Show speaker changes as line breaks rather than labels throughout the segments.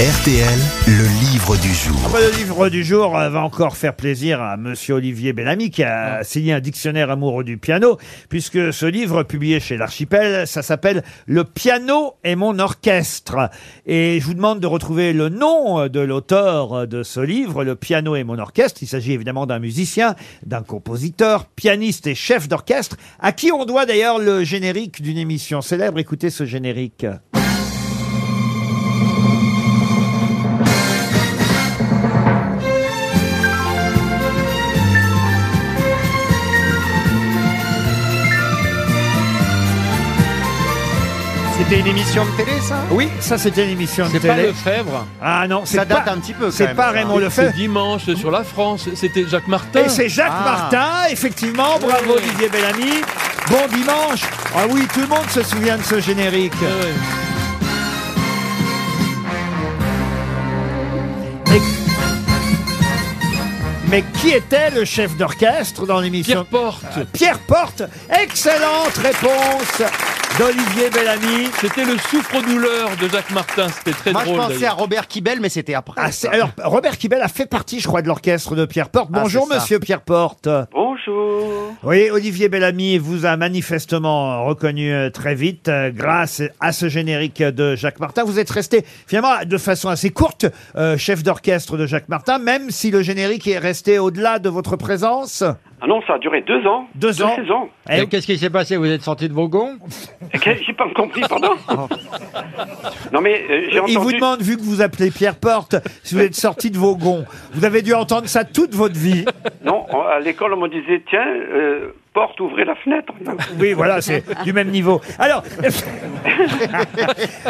RTL, le livre du jour.
Le livre du jour euh, va encore faire plaisir à Monsieur Olivier Bellamy qui a signé un dictionnaire amoureux du piano, puisque ce livre publié chez l'Archipel, ça s'appelle Le piano et mon orchestre. Et je vous demande de retrouver le nom euh, de l'auteur euh, de ce livre, Le piano et mon orchestre. Il s'agit évidemment d'un musicien, d'un compositeur, pianiste et chef d'orchestre, à qui on doit d'ailleurs le générique d'une émission célèbre. Écoutez ce générique.
C'était une émission de télé, ça
Oui, ça c'était une émission de
C'est pas
télé.
Lefebvre.
Ah non,
Ça
c'est
date
pas...
un petit peu, quand
C'est
même, Ah.
pas
ça.
Raymond
C'est
Lefebvre.
dimanche sur la France. C'était Jacques Martin.
Et c'est Jacques
Ah.
Martin, effectivement. Bravo
Ouais.
Olivier Bellamy. Bon dimanche. Ah oui, tout le monde se souvient de ce générique.
Ouais, ouais.
Mais, mais qui était le chef d'orchestre dans l'émission
Pierre Porte.
Pierre Porte. Excellente réponse d'Olivier Bellamy.
C'était le souffre-douleur de Jacques Martin. C'était très
Moi, je
drôle.
pensais à
d'ailleurs.
Robert Kibel, mais c'était après.
Ah, c'est- alors, Robert Kibel a fait partie, je crois, de l'orchestre de Pierre Porte.
Ah,
Bonjour,
c'est ça.
monsieur Pierre Porte.
Bonjour.
Oui, Olivier Bellamy vous a manifestement reconnu euh, très vite euh, grâce à ce générique de Jacques Martin. Vous êtes resté finalement de façon assez courte euh, chef d'orchestre de Jacques Martin, même si le générique est resté au-delà de votre présence.
Ah non, ça a duré deux ans.
Deux ans.
saisons.
Eh,
Qu'est-ce qui s'est passé Vous êtes sorti de vos gonds
Et qu'est- J'ai pas compris, pardon. non mais euh, j'ai
Oh. il vous
entendu.
demande, vu que vous appelez Pierre Porte, si vous êtes sorti de vos gonds. Vous avez dû entendre ça toute votre vie.
Non, on- à l'école on me disait tiens, euh, porte, ouvrez la fenêtre.
Oui, voilà, c'est du même niveau. Alors, ah,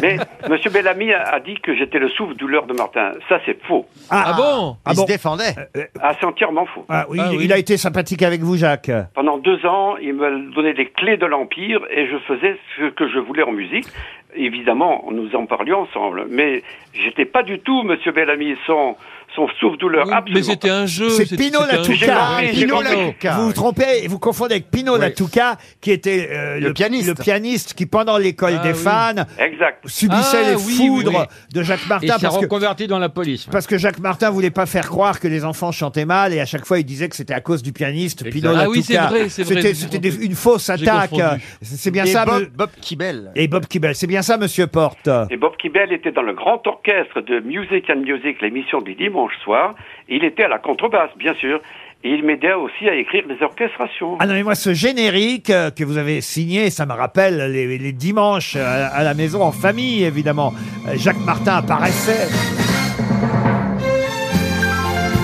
mais Monsieur Bellamy a, a dit que j'étais le souffre-douleur de Martin. Ça c'est faux.
Ah bon
Ah
Il
bon
se défendait.
Ah, c'est entièrement faux.
Ah oui,
Ah
il-
oui.
il a été sympathique avec vous, Jacques.
Pendant deux ans, il me donnait les clés de l'empire et je faisais ce que je voulais en musique. Évidemment, nous en parlions ensemble, mais j'étais pas du tout Monsieur Bellamy son son souffre-douleur.
Oui, Mais
Euh, absolument
c'était un jeu.
C'est
c'était-
Pino
c'était un
Latouka.
jeu.
J'ai
Ah,
compris,
Pino
j'ai
la
compris.
Cuca,
vous vous
oui.
trompez, vous confondez avec Pino Latouka, qui était euh,
Le pianiste.
le pianiste qui, pendant l'école
Ah
des
oui.
fans,
pas. Exact.
subissait
Ah
les
oui,
foudres
oui,
de Jacques
Et
Martin
s'est
parce que,
reconverti dans la police.
parce que Jacques Martin voulait pas faire croire que les enfants chantaient mal et à chaque fois il disait que c'était à cause du pianiste Pino
Ah
Latouka.
oui, c'est vrai, c'est vrai,
C'était-
j'ai
C'était des-
confondu.
une fausse
J'ai
attaque.
confondu.
C'est bien
Et
ça.
Bob,
me-
Bob Kibel.
Et Bob Kibel, c'est bien ça, Monsieur Porte.
Et Bob Kibel était dans le grand orchestre de Music and Music, l'émission du dimanche soir. Et il était à la contrebasse, bien sûr. Et il m'aidait aussi à écrire les orchestrations.
Ah non, mais moi, ce générique euh, que vous avez signé, ça me rappelle les, les dimanches euh, à la maison en famille, évidemment. Euh, Jacques Martin apparaissait.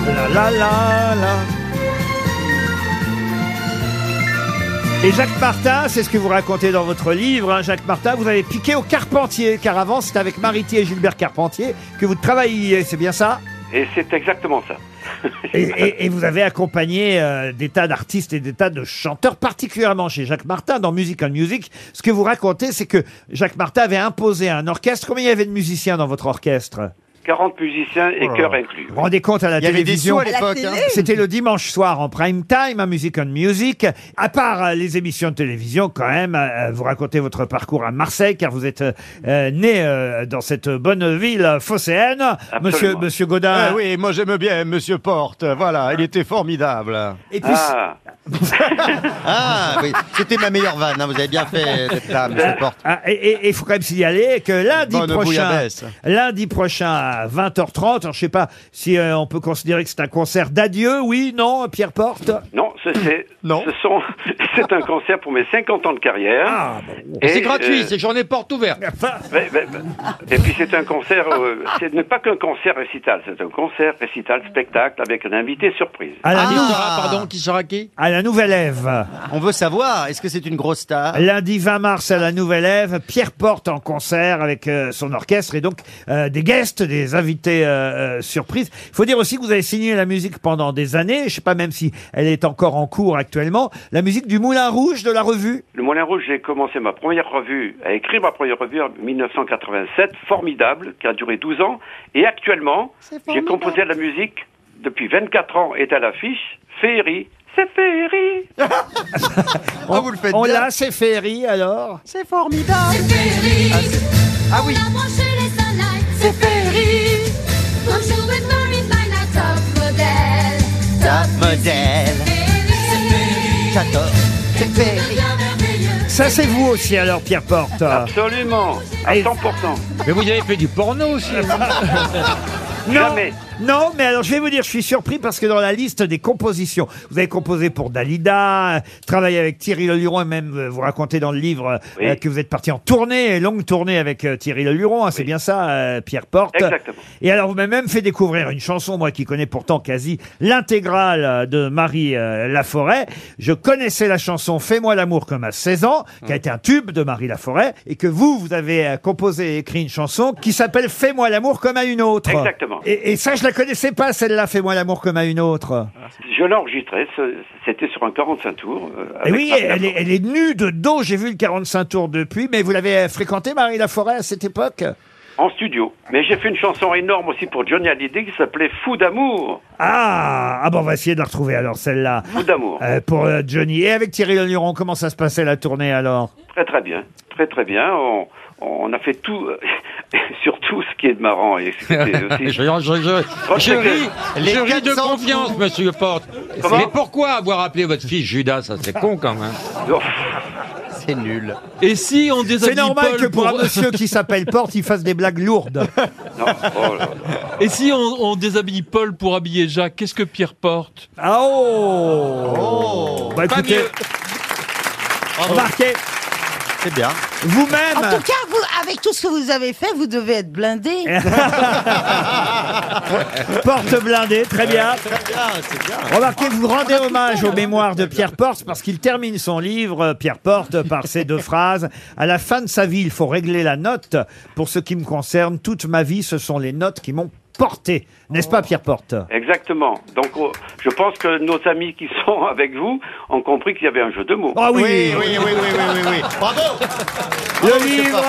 La la la la. Et Jacques Martin, c'est ce que vous racontez dans votre livre, hein, Jacques Martin, vous avez piqué au Carpentier, car avant c'était avec Maritier et Gilbert Carpentier que vous travailliez, c'est bien ça
Et c'est exactement ça.
et, et- et vous avez accompagné euh, des tas d'artistes et des tas de chanteurs, particulièrement chez Jacques Martin dans Music on Music. Ce que vous racontez, c'est que Jacques Martin avait imposé à un orchestre. Combien il y avait de musiciens dans votre orchestre
40 musiciens et chœurs inclus.
Vous vous rendez compte à la
Il y avait des
télévision
sous à l'époque. hein.
c'était le dimanche soir en prime time à Music on Music. À part euh, les émissions de télévision, quand même, euh, vous racontez votre parcours à Marseille, car vous êtes euh, euh, né euh, dans cette bonne ville euh, phocéenne. Monsieur, monsieur Godin.
Ah oui, moi j'aime bien Monsieur Porte. Voilà, il était formidable.
Et puis,
Ah,
Ah oui, c'était ma meilleure vanne. hein, Vous avez bien fait d'être là, Monsieur Porte.
Ah, et il faut quand même signaler que lundi
Bonne
prochain,
bouillabaisse.
lundi prochain à 20h30, alors je sais pas si euh, on peut considérer que c'est un concert d'adieu, oui, non, Pierre Porte
non, ce, c'est,
Non.
ce sont, c'est un concert pour mes 50 ans de carrière.
Ah, bon.
Et,
C'est gratuit,
euh,
c'est journée porte ouverte.
ben, ben, ben, et puis c'est un concert, euh, c'est n'est pas qu'un concert récital, c'est un concert récital spectacle avec un invité surprise.
à
Ah,
la,
Qui
nou-
sera, pardon, qui sera qui
à la Nouvelle Ève.
On veut savoir, est-ce que c'est une grosse star
Lundi 20 mars à la Nouvelle Ève, Pierre Porte en concert avec euh, son orchestre et donc euh, des guests, des invités euh, euh, surprises. Il faut dire aussi que vous avez signé la musique pendant des années, je sais pas même si elle est encore en cours actuellement, la musique du Moulin Rouge de la revue.
Le Moulin Rouge, j'ai commencé ma première revue, à écrire ma première revue en 1987, formidable, qui a duré 12 ans. Et actuellement, j'ai composé la musique depuis 24 ans, est à l'affiche, Féerie. C'est Féerie
Ah, vous le faites
On
bien.
l'a, c'est Ferry alors
C'est Ferry.
Ah oui.
On a branché les sunlights. C'est Ferry. paix.
Ça, c'est vous aussi, alors, Pierre Porte.
Ah, Absolument, à
Allez.
100%.
Mais vous avez fait du porno aussi.
Non,
Jamais.
non, mais alors je vais vous dire, je suis surpris parce que dans la liste des compositions, vous avez composé pour Dalida, euh, travaillé avec Thierry Leluron et même euh, vous racontez dans le livre euh,
Oui.
euh, que vous êtes parti en tournée, longue tournée avec euh, Thierry Leluron, hein, c'est bien ça, euh, Pierre Porte.
Exactement.
Et alors vous m'avez même fait découvrir une chanson, moi qui connais pourtant quasi l'intégrale euh, de Marie euh, Laforêt. Je connaissais la chanson Fais-moi l'amour comme à 16 ans, qui a
Mmh.
été un tube de Marie Laforêt, et que vous, vous avez euh, composé et écrit une chanson qui s'appelle Fais-moi l'amour comme à une autre.
Exactement.
Et, et ça, je la connaissais pas, celle-là, Fais-moi l'amour comme à une autre.
Je l'ai enregistré, ce- c'était sur un 45 tours. euh,
Et
avec
oui,
Marie
elle est,
Laforêt.
elle est nue de dos, j'ai vu le 45 tours depuis, mais vous l'avez euh, fréquentée, Marie Laforêt, à cette époque
En studio. Mais j'ai fait une chanson énorme aussi pour Johnny Hallyday qui s'appelait Fou d'amour.
ah, ah bon, on va essayer de la retrouver alors, celle-là.
Fou d'amour.
Euh, pour euh, Johnny. Et avec Thierry Leluron, comment ça se passait la tournée alors
Très très bien. Très très bien. On, on a fait tout, surtout ce qui est marrant. Et c'était
Je,
aussi...
je- je-
Oh,
je
c'est que-
ris,
les
je ris de
400
confiance,
coups.
monsieur Porte.
Comment
Mais pourquoi avoir appelé votre fils Judas Ça, c'est con quand même.
Oh,
C'est nul.
Et si on
C'est
déshabille
normal
Paul
que pour un monsieur qui s'appelle Porte, il fasse des blagues lourdes.
non. Oh là là.
Et si on, on déshabille Paul pour habiller Jacques, qu'est-ce que Pierre porte
Ah oh, Bah
Pas
écoutez,
mieux.
remarquez,
C'est bien.
En
vous-même,
tout cas, vous- avec tout ce que vous avez fait, vous devez être blindé.
Porte blindée, très bien. Remarquez, vous rendez hommage aux mémoires de Pierre Porte parce qu'il termine son livre, euh, Pierre Porte, par ces deux phrases. À la fin de sa vie, il faut régler la note. Pour ce qui me concerne, toute ma vie, ce sont les notes qui m'ont porté. N'est-ce pas, Pierre Porte
Exactement. Donc oh, je pense que nos amis qui sont avec vous ont compris qu'il y avait un jeu de mots.
Ah oui,
Oui, oui, oui, oui, oui, oui, oui. Bravo
Le
Oh, je sais
livre,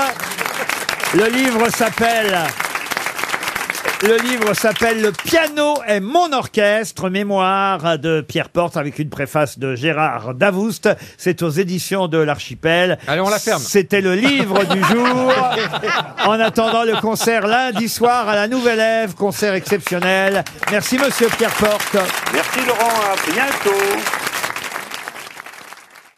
le livre s'appelle. Le livre s'appelle Le piano est mon orchestre, mémoire de Pierre Porte avec une préface de Gérard Davoust. C'est aux éditions de l'Archipel.
Allez, on la ferme.
C'était le livre du jour. En attendant le concert lundi soir à la Nouvelle Ève, concert exceptionnel. Merci monsieur Pierre Porte.
Merci Laurent, à bientôt.